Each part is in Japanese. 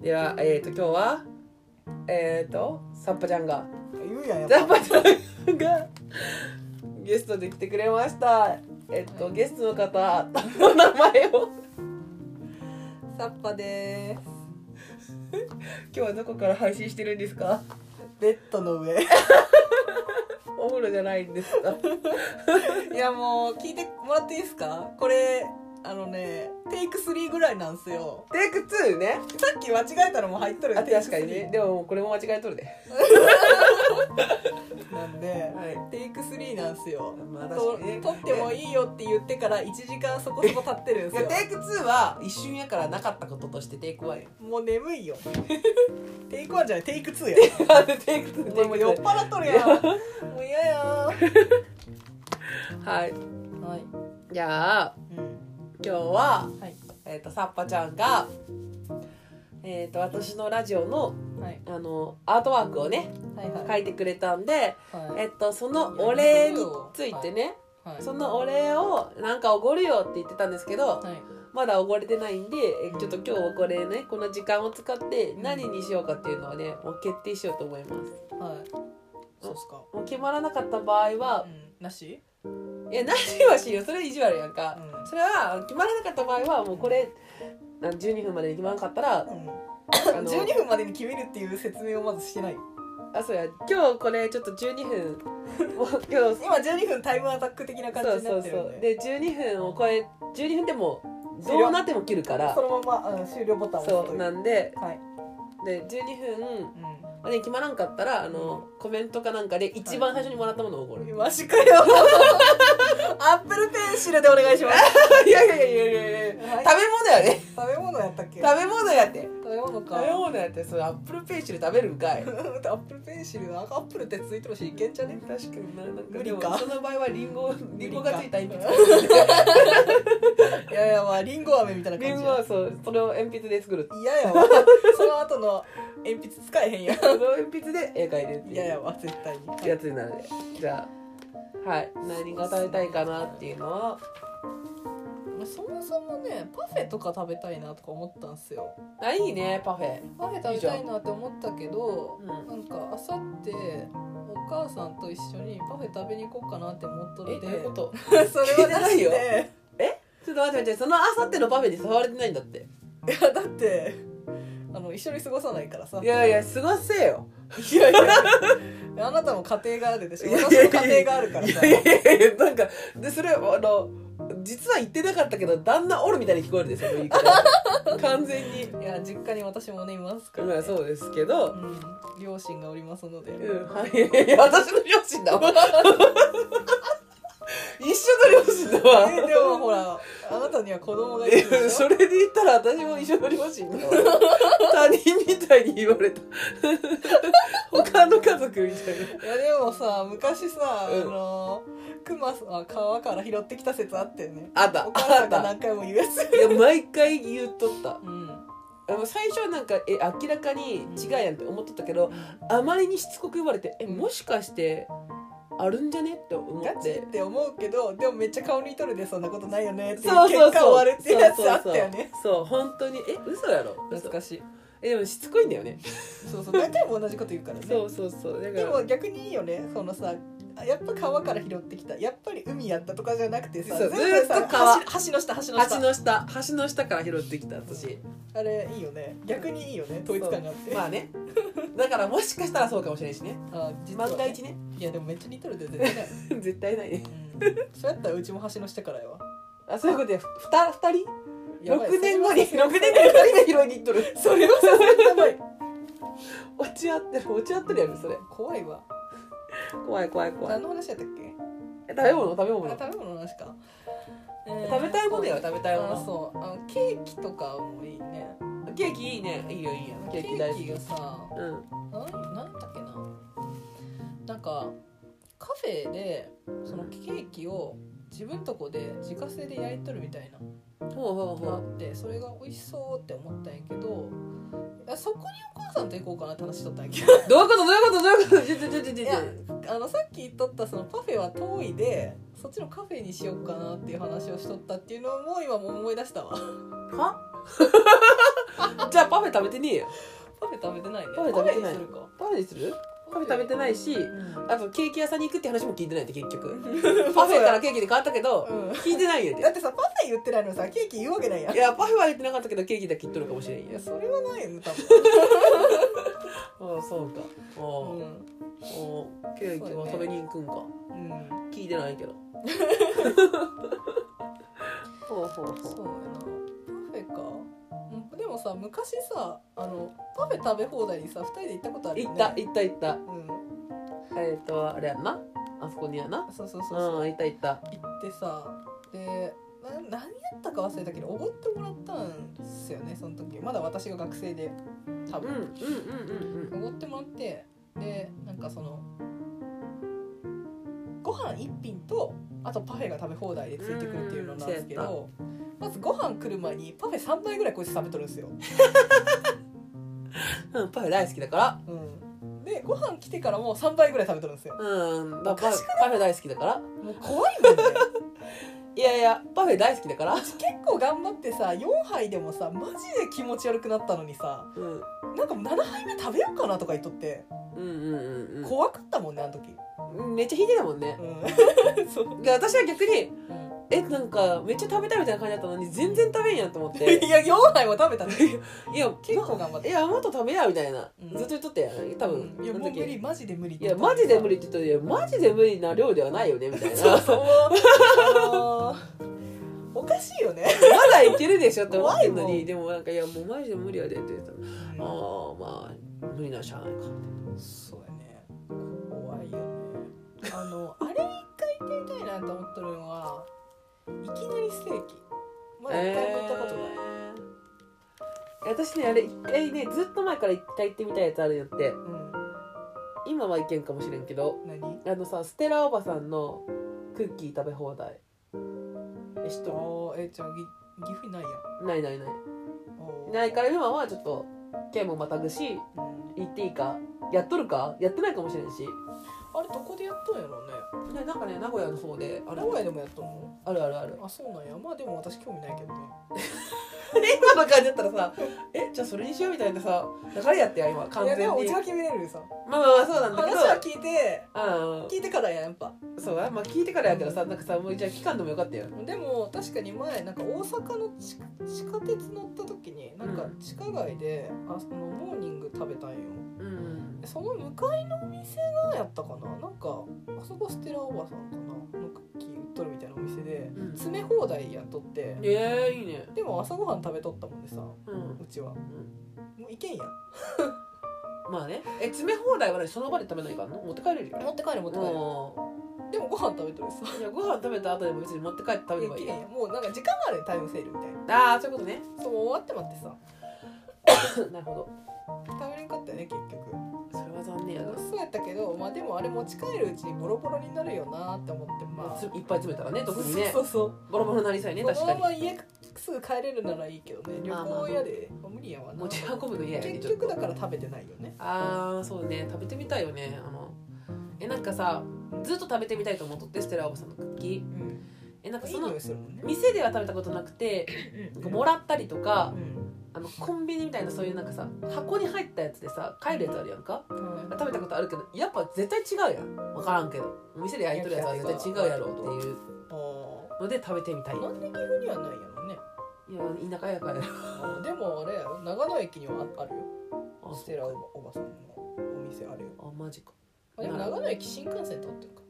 では、えっ、と、今日は、えっ、と、サッパちゃんが、言うやんやっ サぱッパちゃんが、ゲストで来てくれました。えっ、と、ゲストの方の名前を、サッパで今日はどこから配信してるんですかベッドの 上お風呂じゃないんですかす。いやもう聞いてもらっていいですか？これあのねテイク3ぐらいなんですよ。テイク2ね。さっき間違えたのも入っとるあ、テイク確3かにね。でも、これも間違えとるで。なんではい。テイク3なんですよ。まあと確かにね撮ってもいいよって言ってから1時間そこそこ経ってるんいでやすよ。テイク2は一瞬やからなかったこととしてテイク1や。 もう眠いよ。テイクワンじゃないテイク2や なんでテイク2もうもう酔っ払っとるやん。 もう嫌や。はい。はい。じゃあ、うん今日は、はい。えっ、と、さっぱちゃんが、えっ、と、私のラジオの、はい。あの、アートワークをね、はいはい。書いてくれたんで、はいえっ、と、そのお礼についてね、はいそのお礼を、なんかおごるよって言ってたんですけど、はいまだおごれてないんで、えちょっと今日はこれね、この時間を使って何にしようかっていうのはね、もう決定しようと思います。はい。そうっすか。もう決まらなかった場合はう、ん。なし？いや、何はしよう。それ意地悪やんか。うんそれは、決まらなかった場合は、もうこれ、な12分までに決まらなかったら、あの12分までに決めるっていう説明をまずしてないあ、そうや、今日これちょっと12分、 もう今日、今12分タイムアタック的な感じそうになそっうてるんそう。でで、12分を超え、12分でも、終了どうなっても切るからそ、のまま、うん、終了ボタンを押そ、すといううなんで、はい、で、12分、うあれ決まらんかったら、あの、コメントかなんかで一番最初にもらったものをおごる。ん、マジかよアップルペンシルでお願いしま すいやいやいやいやいやいやはい食べ物やね。食べ物やったっけ食べ物やって。食べ物か食べ物やって、そのアップルペンシル食べるんかい。アップルペンシルなんかアップルってついてるしいけんじゃね確かにななんか無で理もかその場合はリンゴリンゴがついた鉛筆いやいやまあリンゴ飴みたいなリ感ンじゴはそうそれを鉛筆で作る嫌ややわその後の鉛筆使えへんやん その鉛筆で絵描いてるっていう嫌ややわ絶対に、やつになるでじゃあはい何が食べたいかなっていうのはそもそもねパフェとか食べたいなとか思ったんすよあいいねパフェパフェ食べたいなって思ったけどいいじゃんうんなんかあさってお母さんと一緒にパフェ食べに行こうかなって思っとるえんでどういうこと それはなし聞いてなでちょっと待って待ってそのあさってのパフェに触れてないんだっていやだってあの一緒に過ごさないからさいやいや過ごせよいやいやあ なたも家庭があるでしょいやいや私も家庭があるからいさやいやいやなんかでそれあの実は言ってなかったけど旦那おるみたいに聞こえるでその言い方完全にいや実家に私もねいますから、まあそうですけど、うん、両親がおりますの で、うん、はいいや、私の両親だわ。一緒の両親だわ。えでもほらあなたには子供がいるえでしそょれで言ったら私も一緒の両親 だわ。他人みたいに言われた。他の家族みたいいやでもさ昔さ、うんあのクマさんは川から拾ってきた説あってねな。あった、お母あさっんがた。何回も言うやついや、毎回言っとった。うんあの最初はなんか、え、明らかに違うやんって思っとったけど、あまりにしつこく言われて、え、もしかして、あるんじゃねって思ガっチてっ。て思うけどでもめっちゃ顔にとるでそんなことないよねっていうそうそう結果そう。終わるってやつあったよねそうそうそう。そう、本当に、え、嘘やろ。嘘懐かしいえでもしつこいんだよねそうそう何回も同じこと言うからねそうそうそうだでからも逆にいいよねそのさあやっぱ川から拾ってきたやっぱり海やったとかじゃなくてさそう全部ずさっと川橋橋の下橋の下橋の下橋の下から拾ってきた私あれいいよね逆にいいよね統一感があってまあねだからもしかしたらそうかもしれないしねあ実は万が一ねいやでもめっちゃ似とるで絶対ない絶対ないねうんそうやったらうちも橋の下からやわあそういうことやふた二人やばい6年後にそれは6年後に2人が拾いに行っとるそれはさすがにやばい落ち合ってる落ち合ってるやろそれ怖いわ怖い怖い怖い何の話やったっけえ食べ物食べ物あ食べ物の話か、食べたいものよ食食べべたいもあのそうあケーキとかもいいねケーキいいねいいよいいよケケーキ大ーキ好がきさうん何なんだっけななんかカフェでそのケーキを自分とこで自家製で焼いとるみたいなほうほうがあほってそれが美味しそうって思ったんやけどあそこにお母さんと行こうかなって話しとったんやけど うどういうことどういうことどういうことちょちょちょちょちょいやあのさっき言っとったそのパフェは遠いで そっちのカフェにしようかなっていう話をしとったっていうのも今も思い出したわ はじゃあパフェ食べてねえよパフェ食べてないねパフェ食べてないパフェにすパフェにするかるパフェ食べてないしうんあとケーキ屋さんに行くって話も聞いてないって結 局パパフフェかェかららケーキで変わったけど、うん聞いてないんやだでってさパフェ言ってないのにさケーキ言うわけないやんいいやパフェは言ってなかったけどケーキだけ言っとるかもしれんややそれはないよね多あ あそうかああ、分ああケーキは食べに行くんか、うん、うん、聞いてないけど ほうほうほそうやなパフェかうんでもさ昔さあのパフェ食べ放題にさ2人で行ったことあるよ行っねた行った行ったうんえっ、とあれやんなあそこにやなそうそうそううそんう行った行った行ってさでな何やったか忘れたけどおごってもらったんですよねその時まだ私が学生で多うんうん分うんうんおご、ってもらってでなんかそのご飯一品とあとパフェが食べ放題でついてくるっていうのなんですけどまずご飯来る前にパフェ3杯ぐらいこいつ食べとるんですよ、うんうんパフェ大好きだからうん、でご飯来てからもう3杯ぐらい食べとるんですようん、まあ、おパかフしェパフェ大好きだからもう怖いもんねいやいやパフェ大好きだから、結構頑張ってさ4杯でもさマジで気持ち悪くなったのにさうん、なんか7杯目食べようかなとか言っとってうんうん怖かったもんねあの時、うんめっちゃ引いてたもんねうん、そう、で私は逆にうえなんかめっちゃ食べたいみたいな感じだったのに全然食べんやんと思っん、て いや4杯も食べたの 結いや結構頑張っいてやもっと食べやみたいな、うんずっと言っとったやん多分、うんいやあものう時無理マジで無理いやマジで無理って言ったらいやマジで無理な量ではないよねみたいな そうまそう あのーおかしいよねだいけるでしょって思ってんの怖いもにんでもなんかいやもうマジで無理やでって言ったらああまあ無理ならしゃあないかそうやね怖いよねあのあれ一回行ってみたいなと思っとるのはいきなりステーキまだ一回も行ったことない、えー私ねあれ一回ねずっと前から一回行ってみたいやつあるんやって今は行けんかもしれんけどうん何あのさステラおばさんのクッキー食べ放題え知っとああえじゃあぎ岐阜にないやんるないないないあーないから今はちょっと県もまたぐしうん行っていいかやっとるかやってないかもしれんしあれどこでやったんやろうねねなんかね名古屋の方である名古屋でもやったのあるあるある あそうなんやまあでも私興味ないけどね今の感じだったらさえじゃあそれにしようみたいなさ流れやってや今完いや全にでもうちまは決めれるよさあまあまあそうなんだけ話どは聞いてうん聞いてからややっぱそうだまあ聞いてからやけどさなんかさもうじゃあ期間でもよかったよでも確かに前なんか大阪の地地下鉄乗った時になんかうん地下街で、あそのモーニング食べたんようんでその向かいのお店がやったかななんかあそこステラおばさんかなのクッキー売っとるみたいなお店でうん詰め放題やっとってええいいねでも朝ごはん食べとったもんでさううんちはもういけんやまあねえ詰め放題はねその場で食べないからな持って帰れるよ持って帰る持って帰るうでもご飯食べとるさんいやご飯食べた後でも別に持って帰って食べればいいいやいやもうなんか時間があるよタイムセールみたいなああそういうことねそう終わって待ってさ なるほど食べれんかったよね結局それは残念やなそうやったけどまあでもあれ持ち帰るうちにボロボロになるよなって思ってままああついっぱい詰めたらね特にねそうそうボロボロになりそうやねそ確うそのかまにま家すぐ帰れるならいいけどね旅まあまあ行やで、まあ無理やわな持ち運ぶの嫌やね結ちょっと局だから食べてないよねあーそうね食べてみたいよねあのえなんかさずっと食べてみたいと思っとってステラおばさんのクッキーうんえなんかいそいの匂いするもんね店では食べたことなくてなんかもらったりとかうんあのコンビニみたいなそういうなんかさ箱に入ったやつでさ帰るやつあるやんかうん食べたことあるけどやっぱ絶対違うやん分からんけどお店で焼いとるやつは絶対違うやろっていうあーので食べてみたいなんで岐阜にはないやろねいや田舎やからやろあーでもあれやろ長野駅にはああるよあステラおばさんのお店あるよあマジかあでも長野駅新幹線通ってるか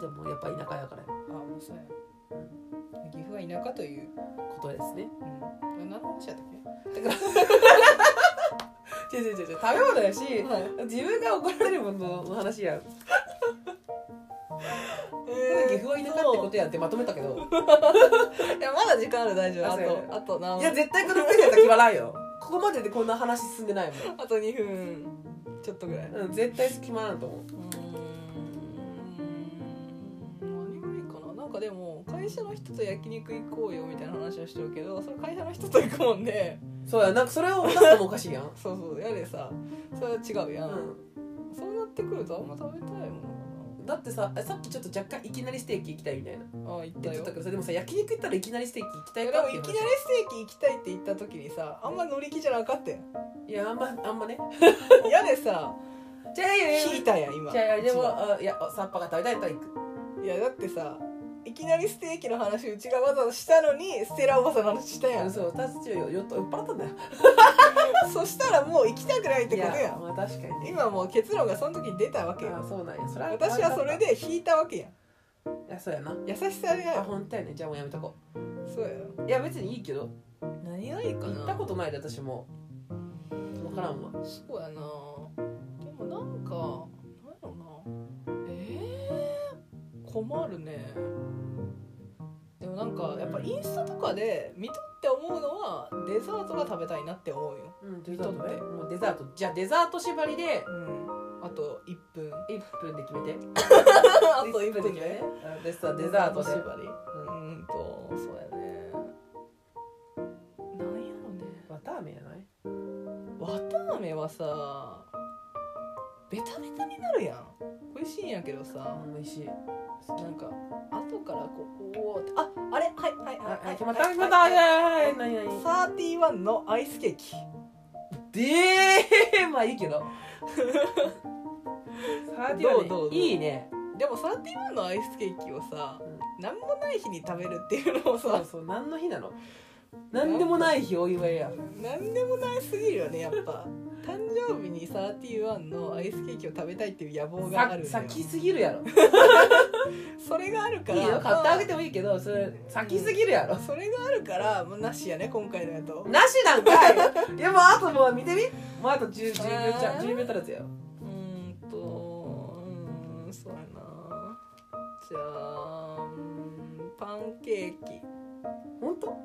でもやっぱ田舎やからやああもうそうや岐阜は田舎という、ことですねうん、何の話やったっけ違う違う違う食べ物やしはい、自分が怒られるものの話やん岐阜は田舎ってことやんってまとめたけどいやまだ時間ある大丈夫ああそうやねとあと何いや絶対この国やったら決まらんよここまででこんな話進んでないもあと2分ちょっとぐらいうんん、うん、絶対決まらんと思う何がいいかななんかでも会社の人と焼肉行こうよみたいな話をしてるけどそれ会社の人と行くもんでそうやなんかそれを出すのもおかしいやんそうそうやでさそれは違うやん、そうなってくるとあんま食べたいものかだなってささっきちょっと若干いきなりステーキ行きたいみたいなああ言言ったってよたけどさでもさ焼肉行ったらいきなりステーキ行きたいいやかでもっていきいなうり話ステーキ行きたいって言った時にさあんま乗り気じゃなか ったよいやあんまあんまね嫌でさじゃあいやいやいや引いたやん今じゃあいやで一番もあいやおサッパが食べたいと行くいやだってさいきなりステーキの話うちがわざわざしたのにステラおばさんの話したいややんそうタスチよ酔っ払ったんだよそしたらもう行きたくないってこいとややんまあ確かにね今もう結論がその時に出たわけあよそうなんやそれ私はそれで引いたわけやんいやそうやな優しさだあよ本当やねじゃあもうやめとこそうやろういや別にいいけど何がいい行かなったことないで私も分からんわそうやなでもなんかなんやろなえー、困るねでもなんかやっぱインスタとかで見とって思うのはデザートが食べたいなって思うようんデデザザートートねねもうデザートじゃあデザート縛りでうんあと1分1分で決めて あと1分ねねでさデザートで縛りうーんとそうやねなんやろね綿あめやないわたあめはさベタベタになるやん美味しいんやけどさ美味しいなんか後からこうおーってああれはいはいあはいあはい決まったはい決まったはいはいはいはい何 何サーティワンのアイスケーキでーまあいいけどサーティワンねどうどうどういいねでもサーティワンのアイスケーキをさ、うなん、何もない日に食べるっていうのもそさうそう何の日なの何でもない日お祝いや何でもないすぎるよねやっぱ誕生日にサーティワンのアイスケーキを食べたいっていう野望があさるんだよ先すぎるやろそれがあるか らいいよ買ってあげてもいいけどそれ先すぎるやろまあそれがあるから、まあ、なしやね今回のやとなしなんかいいやもうあともう見てみもうあと 10, 10秒ちゃえー10秒足らずやうーんとうーんそうやな じゃあうーんパンケーキ本当